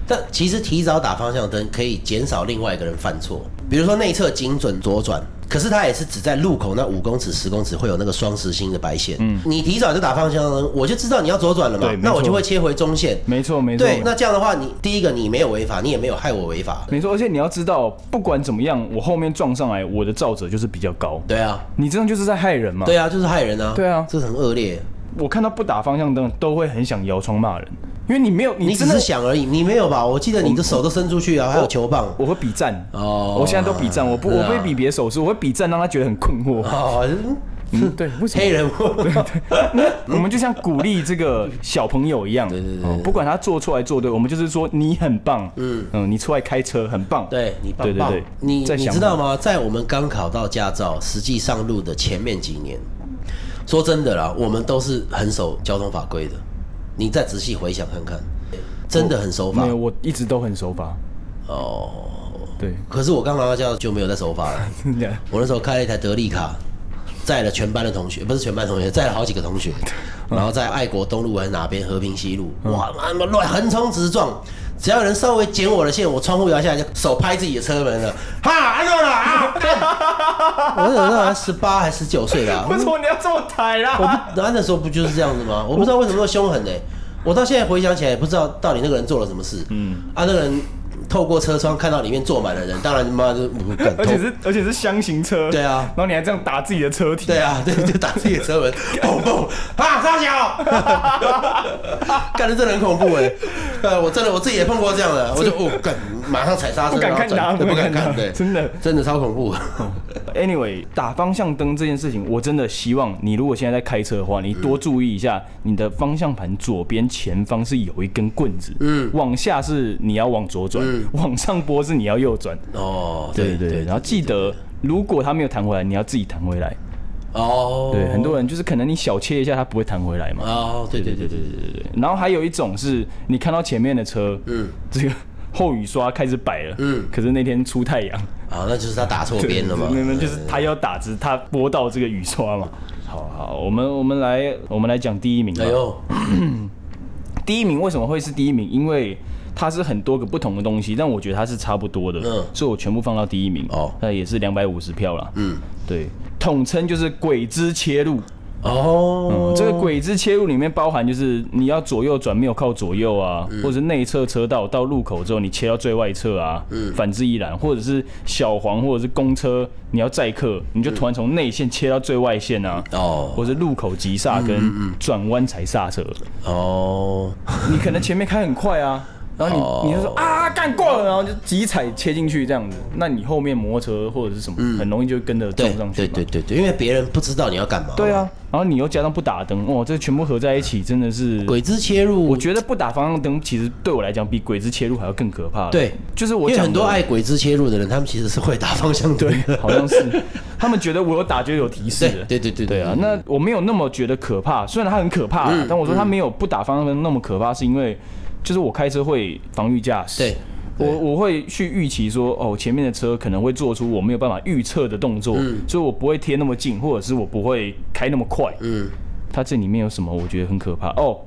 [SPEAKER 2] 但其实提早打方向灯可以减少另外一个人犯错，比如说内侧精准左转，可是他也是只在路口那五公尺、十公尺会有那个双实心的白线。你提早就打方向灯，我就知道你要左转了嘛
[SPEAKER 1] 嗯对，没
[SPEAKER 2] 那我
[SPEAKER 1] 错
[SPEAKER 2] 就会切回中线。
[SPEAKER 1] 没错，没错。
[SPEAKER 2] 对，那这样的话，你第一个你没有违法，你也没有害我违法。
[SPEAKER 1] 没错，而且你要知道，不管怎么样，我后面撞上来，我的造者就是比较高。
[SPEAKER 2] 对啊，
[SPEAKER 1] 你这样就是在害人嘛？
[SPEAKER 2] 对啊，就是害人啊。
[SPEAKER 1] 对啊
[SPEAKER 2] 这很恶劣。
[SPEAKER 1] 我看到不打方向灯，都会很想摇窗骂人，因为你没有，
[SPEAKER 2] 你只
[SPEAKER 1] 真的
[SPEAKER 2] 是，想而已，你没有吧？我记得你的手都伸出去啊，还有球棒。
[SPEAKER 1] 我会比赞。
[SPEAKER 2] 哦
[SPEAKER 1] 我现在都比赞，我不，
[SPEAKER 2] 是
[SPEAKER 1] 我
[SPEAKER 2] 啊
[SPEAKER 1] 不会比别的手势，我会比赞，让他觉得很困惑。
[SPEAKER 2] 哦，嗯
[SPEAKER 1] 嗯，对，为 什么
[SPEAKER 2] 黑？ 人问
[SPEAKER 1] 我们就像鼓励这个小朋友一样，对对对，不管他做错还做对，我们就是说你很棒，嗯嗯，你出来开车很棒，
[SPEAKER 2] 对你棒
[SPEAKER 1] 对对
[SPEAKER 2] 棒，
[SPEAKER 1] 对，
[SPEAKER 2] 你
[SPEAKER 1] 在
[SPEAKER 2] 你
[SPEAKER 1] 想
[SPEAKER 2] 知道
[SPEAKER 1] 法？
[SPEAKER 2] 吗？在我们刚考到驾照，实际上路的前面几年，说真的啦，我们都是很守交通法规的。你再仔细回想看看，真的很守法
[SPEAKER 1] 没有，我一直都很守法，
[SPEAKER 2] 哦。
[SPEAKER 1] 对，
[SPEAKER 2] 可是我刚拿到驾照就没有在守 法了。
[SPEAKER 1] 真的。
[SPEAKER 2] 我那时候开了一台德利卡，载了全班的同学，不是全班同学，载了好几个同学，
[SPEAKER 1] 嗯
[SPEAKER 2] 然后在爱国东路还是哪边和平西路，哇，妈妈乱横冲直撞，只要有人稍微剪我的线，我窗户摇下来就手拍自己的车门了， 哈，安诺了啊！干 我那时候十八还十九 岁啦，
[SPEAKER 1] 为什么你要这么抬啊
[SPEAKER 2] 我
[SPEAKER 1] 啦？
[SPEAKER 2] 不，那那时候不就是这样子吗？我不知道为什么那么凶狠呢、我到现在回想起来，也不知道到底那个人做了什么事。嗯，啊，那个人透过车窗看到里面坐满了人，当然他妈就不敢偷
[SPEAKER 1] 而且哦是而且是箱型车，
[SPEAKER 2] 对啊
[SPEAKER 1] 然后你还这样打自己的车体，
[SPEAKER 2] 对啊，对，就打自己的 车门，砰砰啊，撒脚， 干的真的很恐怖哎、呃，我真的我自己也碰过这样的，我就哦，干，马上踩刹车，
[SPEAKER 1] 不敢
[SPEAKER 2] 然后
[SPEAKER 1] 看他
[SPEAKER 2] 转对
[SPEAKER 1] 不
[SPEAKER 2] 不
[SPEAKER 1] 敢
[SPEAKER 2] 敢
[SPEAKER 1] 看他
[SPEAKER 2] 看，对，
[SPEAKER 1] 真的哦
[SPEAKER 2] 真的超恐怖。
[SPEAKER 1] Anyway，打方向灯这件事情，我真的希望你如果现在在开车的话，你
[SPEAKER 2] 嗯
[SPEAKER 1] 多注意一下，你的方向盘左边前方是有一根棍子，嗯，往下是你要往左转，
[SPEAKER 2] 嗯
[SPEAKER 1] 往上拨是你要右转，
[SPEAKER 2] 哦，
[SPEAKER 1] 对对对，然后记得。如果它没有弹回来，你要自己弹回来。
[SPEAKER 2] 哦，
[SPEAKER 1] 对，很多人就是可能你小切一下，它不会弹回来嘛。
[SPEAKER 2] 哦，对对对对对对，
[SPEAKER 1] 对然后还有一种是你看到前面的车，嗯，这个后雨刷开始摆了，嗯
[SPEAKER 2] 嗯，
[SPEAKER 1] 可是那天出太阳，
[SPEAKER 2] 啊，那就是他打错边了嘛，
[SPEAKER 1] 没有没有就是他要打字，他拨到这个雨刷嘛。好好，我们我们来我们来讲第一名吧。
[SPEAKER 2] 哎呦，
[SPEAKER 1] 嗯第一名为什么会是第一名？因为它是很多个不同的东西，但我觉得它是差不多的，
[SPEAKER 2] 嗯
[SPEAKER 1] 所以我全部放到第一名。
[SPEAKER 2] 哦
[SPEAKER 1] 那也是两百五十票啦。嗯，
[SPEAKER 2] 嗯，
[SPEAKER 1] 对，统称就是鬼之切入。
[SPEAKER 2] 哦
[SPEAKER 1] 嗯，，这个鬼之切入里面包含就是你要左右转没有靠左右啊，
[SPEAKER 2] 嗯
[SPEAKER 1] 或者是内侧车道到路口之后你切到最外侧啊，
[SPEAKER 2] 嗯
[SPEAKER 1] 反之亦然，或者是小黄或者是公车你要载客，你就突然从内线切到最外线啊，
[SPEAKER 2] 哦嗯
[SPEAKER 1] 或者路口急刹跟转弯才刹车，
[SPEAKER 2] 哦，
[SPEAKER 1] 你可能前面开很快啊。然后
[SPEAKER 2] 哦
[SPEAKER 1] 你你就说啊干过了，然后就急踩切进去这样子，那你后面摩托车或者是什么，很容易就跟着撞
[SPEAKER 2] 对
[SPEAKER 1] 上去
[SPEAKER 2] 嗯对
[SPEAKER 1] 嘛
[SPEAKER 2] 对对对，因为别人不知道你要干嘛，
[SPEAKER 1] 对，啊，然后你又加上不打灯，哇，这全部合在一起真的是
[SPEAKER 2] 鬼子切入，
[SPEAKER 1] 我觉得不打方向灯，其实对我来讲比鬼子切入还要更可怕。
[SPEAKER 2] 对
[SPEAKER 1] 就是我
[SPEAKER 2] 因为
[SPEAKER 1] 讲
[SPEAKER 2] 很多
[SPEAKER 1] 的
[SPEAKER 2] 爱鬼子切入的人，他们其实是会打方向 灯的。
[SPEAKER 1] 好像是他们觉得我有打就有提示的。
[SPEAKER 2] 对对对嗯对
[SPEAKER 1] 对啊，那我没有那么觉得可怕，虽然它很可怕
[SPEAKER 2] 嗯
[SPEAKER 1] 啊，但我说它没有不打方向灯那么可怕，是因为就是我开车会防御驾驶。
[SPEAKER 2] 对
[SPEAKER 1] 我
[SPEAKER 2] 对
[SPEAKER 1] 我会去预期说，哦，前面的车可能会做出我没有
[SPEAKER 2] 嗯
[SPEAKER 1] 办法预测的动作，所以我不会贴那么近，或者是我不会开那么快。
[SPEAKER 2] 嗯，
[SPEAKER 1] 它这里面有什么？我觉得很可怕哦。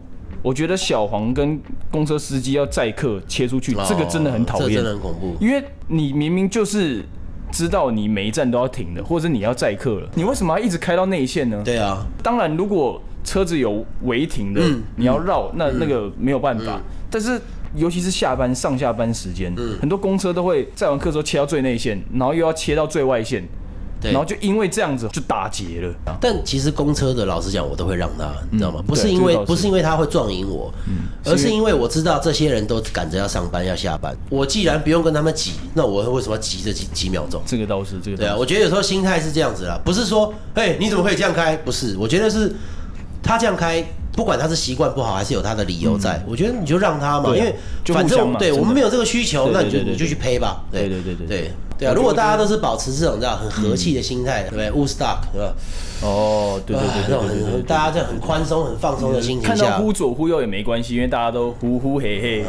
[SPEAKER 1] 我觉得小黄跟公车司机要载客切出去，这个真的很讨
[SPEAKER 2] 哦这
[SPEAKER 1] 厌
[SPEAKER 2] 真的，很恐怖。
[SPEAKER 1] 因为你明明就是知道你每一站都要停的，或者你要载客了，你为什么要一直开到内线呢？
[SPEAKER 2] 对啊，
[SPEAKER 1] 当然，如果车子有违停的，
[SPEAKER 2] 嗯
[SPEAKER 1] 你要绕，那那个没有办法。但是尤其是下班上下班时间，
[SPEAKER 2] 嗯
[SPEAKER 1] 很多公车都会载完客之后切到最内线，然后又要切到最外线，
[SPEAKER 2] 对
[SPEAKER 1] 然后就因为这样子就打结了。
[SPEAKER 2] 但其实公车的，老实讲，我都会让他，你知道吗？不是
[SPEAKER 1] 嗯对
[SPEAKER 2] 因
[SPEAKER 1] 这个
[SPEAKER 2] 为
[SPEAKER 1] 倒是嗯
[SPEAKER 2] 不是因为他会撞赢我，而是因为我知道这些人都赶着要上班要下班，我既然不用跟他们挤，那我为什么要挤这几几秒钟？
[SPEAKER 1] 这个倒是，这个
[SPEAKER 2] 对啊，
[SPEAKER 1] 倒是
[SPEAKER 2] 我觉得有时候心态是这样子啦，不是说，哎，你怎么可以这样开？不是，我觉得是他这样开，不管他是习惯不好，还是有他的理由在，我觉得你就让他嘛，
[SPEAKER 1] 嗯对啊
[SPEAKER 2] 因为
[SPEAKER 1] 就
[SPEAKER 2] 反
[SPEAKER 1] 互相
[SPEAKER 2] 正
[SPEAKER 1] 嘛
[SPEAKER 2] 对
[SPEAKER 1] 真的
[SPEAKER 2] 我们没有这个需求，
[SPEAKER 1] 对
[SPEAKER 2] 那你就
[SPEAKER 1] 对对对
[SPEAKER 2] 你就去赔吧。
[SPEAKER 1] 对对对对
[SPEAKER 2] 对对啊！如果大家都是保持这种这样很和气的心态，对不对？Wood stock，对吧？
[SPEAKER 1] 哦，嗯对对
[SPEAKER 2] 啊
[SPEAKER 1] 对
[SPEAKER 2] 那
[SPEAKER 1] 对
[SPEAKER 2] 种
[SPEAKER 1] 对对对
[SPEAKER 2] 很大家这样很宽松、很放松的心情
[SPEAKER 1] 看到
[SPEAKER 2] 下，
[SPEAKER 1] 忽左忽右也没关系，因为大家都呼呼嘿 嘿。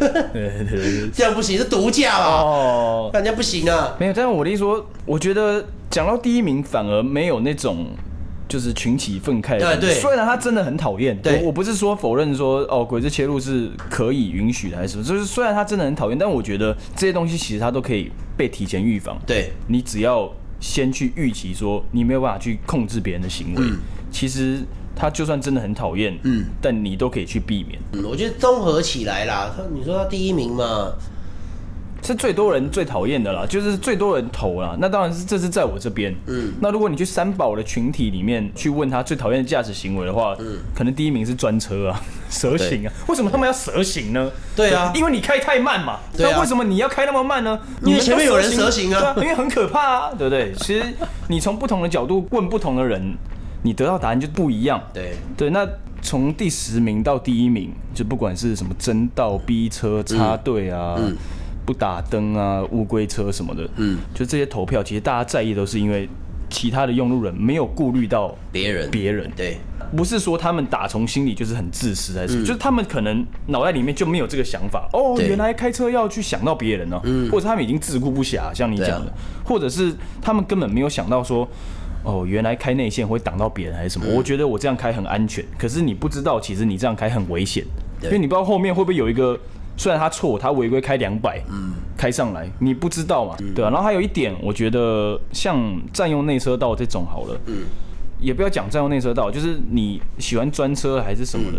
[SPEAKER 1] 对对对对，
[SPEAKER 2] 这样不行，是毒驾啊！
[SPEAKER 1] 哦，
[SPEAKER 2] 那人家不行啊！
[SPEAKER 1] 没有，但是我的意思说，我觉得讲到第一名反而没有那种就是群起愤慨的感觉。
[SPEAKER 2] 对对
[SPEAKER 1] 虽然他真的很讨厌，
[SPEAKER 2] 对
[SPEAKER 1] 我我不是说否认说哦，鬼子切入是可以允许的还是什么，就是虽然他真的很讨厌，但我觉得这些东西其实他都可以被提前预防。
[SPEAKER 2] 对，
[SPEAKER 1] 你只要先去预期说你没有办法去控制别人的行
[SPEAKER 2] 嗯
[SPEAKER 1] 为，其实他就算真的很讨厌，嗯，但你都可以去避免。
[SPEAKER 2] 嗯，我觉得综合起来啦，他你说他第一名嘛，
[SPEAKER 1] 是最多人最讨厌的啦，就是最多人投啦。那当然是这是在我这边。嗯，那如果你去三宝的群体里面去问他最讨厌的驾驶行为的话，嗯，可能第一名是专车啊， 蛇行啊。为什么他们要蛇行呢？
[SPEAKER 2] 对啊
[SPEAKER 1] 因为你开太慢嘛。
[SPEAKER 2] 对啊
[SPEAKER 1] 那为什么你要开那么慢呢？你
[SPEAKER 2] 因为
[SPEAKER 1] 们
[SPEAKER 2] 前面
[SPEAKER 1] 都
[SPEAKER 2] 有人蛇行啊
[SPEAKER 1] 对因为很可怕啊，对不对？其实你从不同的角度问不同的人，你得到答案就不一样。
[SPEAKER 2] 对。
[SPEAKER 1] 对，那从第十名到第一名，就不管是什么争道、逼车、插队啊、不打灯啊、乌龟车什么的，嗯，就这些投票，其实大家在意都是因为其他的用路人没有顾虑到
[SPEAKER 2] 别人，
[SPEAKER 1] 别人，
[SPEAKER 2] 对，
[SPEAKER 1] 不是说他们打从心里就是很自私，还是、就是他们可能脑袋里面就没有这个想法。哦，
[SPEAKER 2] 嗯对
[SPEAKER 1] 原来开车要去想到别人呢、哦或者他们已经自顾不暇，像你讲的，
[SPEAKER 2] 对啊
[SPEAKER 1] 或者是他们根本没有想到说。哦，原来开内线会挡到别人还是什么？
[SPEAKER 2] 嗯
[SPEAKER 1] 我觉得我这样开很安全，可是你不知道，其实你这样开很危险，
[SPEAKER 2] 对
[SPEAKER 1] 因为你不知道后面会不会有一个，虽然他错，他违规开两百，嗯，开上来，你不知道嘛，
[SPEAKER 2] 嗯
[SPEAKER 1] 对啊。然后还有一点，我觉得像占用内车道这种好了，也不要讲占用内车道，就是你喜欢专车还是什
[SPEAKER 2] 嗯
[SPEAKER 1] 么的，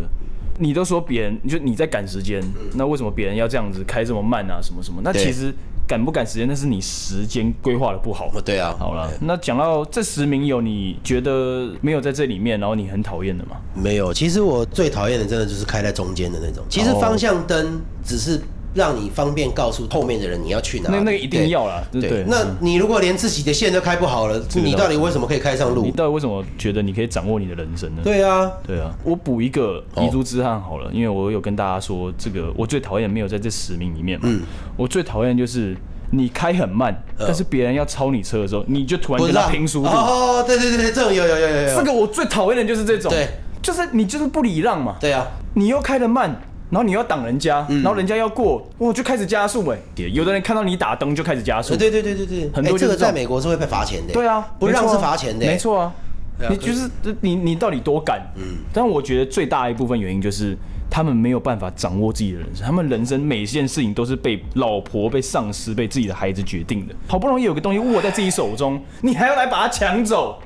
[SPEAKER 1] 你都说别人，就你在赶时间，那为什么别人要这样子开这么慢啊？什么什么？那
[SPEAKER 2] 对
[SPEAKER 1] 其实赶不赶时间，那是你时间规划的不好。
[SPEAKER 2] 哦，对啊，
[SPEAKER 1] 好了，那讲到这十名有你觉得没有在这里面，然后你很讨厌的吗？
[SPEAKER 2] 没有。其实我最讨厌的，真的就是开在中间的那种。其实
[SPEAKER 1] 哦
[SPEAKER 2] 方向灯只是让你方便告诉后面的人你要去哪里。
[SPEAKER 1] 那那个一定
[SPEAKER 2] 对
[SPEAKER 1] 要啦，对不嗯对？
[SPEAKER 2] 那你如果连自己的线都开不好了，你到底为什么可以开上
[SPEAKER 1] 你
[SPEAKER 2] 路？
[SPEAKER 1] 到底为什么觉得你可以掌握你的人生呢？
[SPEAKER 2] 对啊，
[SPEAKER 1] 对啊，我补一个
[SPEAKER 2] 哦
[SPEAKER 1] 遗珠之憾好了，因为我有跟大家说，这个我最讨厌没有在这十名里面嘛。
[SPEAKER 2] 嗯
[SPEAKER 1] 我最讨厌就是你开很慢，但是别人要超你车的时候，你就突然
[SPEAKER 2] 呃不
[SPEAKER 1] 跟他
[SPEAKER 2] 让
[SPEAKER 1] 拼速度。
[SPEAKER 2] 哦，对对对，这种有有有有有。
[SPEAKER 1] 这个我最讨厌的就是这种，
[SPEAKER 2] 对，
[SPEAKER 1] 就是你就是不礼让嘛，
[SPEAKER 2] 对啊，嗯
[SPEAKER 1] 你又开得慢，然后你要挡人家，然后人家要过，我就开始加速哎、有的人看到你打灯就开始加速
[SPEAKER 2] 呃，对对对对对，
[SPEAKER 1] 很多
[SPEAKER 2] 哎这
[SPEAKER 1] 就是
[SPEAKER 2] 个
[SPEAKER 1] 这种
[SPEAKER 2] 在美国是会被罚钱的。
[SPEAKER 1] 对啊，
[SPEAKER 2] 不让
[SPEAKER 1] 没
[SPEAKER 2] 是
[SPEAKER 1] 错啊
[SPEAKER 2] 罚钱的。
[SPEAKER 1] 没，错啊。
[SPEAKER 2] 对啊
[SPEAKER 1] 你
[SPEAKER 2] 可
[SPEAKER 1] 就是你，你到底多敢？嗯，但我觉得最大一部分原因就是他们没有办法掌握自己的人生，他们人生每一件事情都是被老婆、被上司、被自己的孩子决定的。好不容易有个东西握在自己手中，你还要来把它抢走，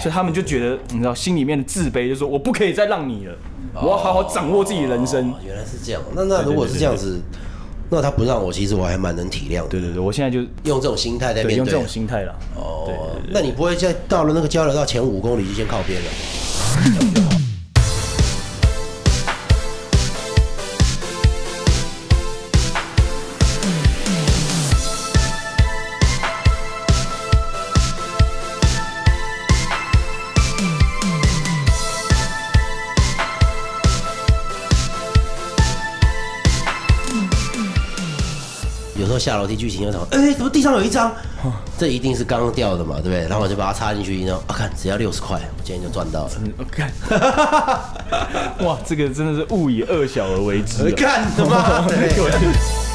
[SPEAKER 1] 所以他们就觉得，你知道，心里面的自卑，就说我不可以再让你了，我要好好掌握自己的人生
[SPEAKER 2] 哦。原来是这样。那那如果是这样子，那他不让我，其实我还蛮能体谅的。
[SPEAKER 1] 对对对，我现在就
[SPEAKER 2] 用这种心态在面
[SPEAKER 1] 对
[SPEAKER 2] 对。
[SPEAKER 1] 用这种心态了。
[SPEAKER 2] 哦，那你不会在到了那个交流道前五公里就先靠边了？有时候下楼梯剧情有什么？哎、怎么地上有一张？这一定是刚掉的嘛，对不对？然后我就把它插进去，然后啊，看只要六十块，我今天就赚到了。
[SPEAKER 1] 我 看，哇，这个真的是勿以恶小而为之、 啊
[SPEAKER 2] 干他妈的！
[SPEAKER 1] 对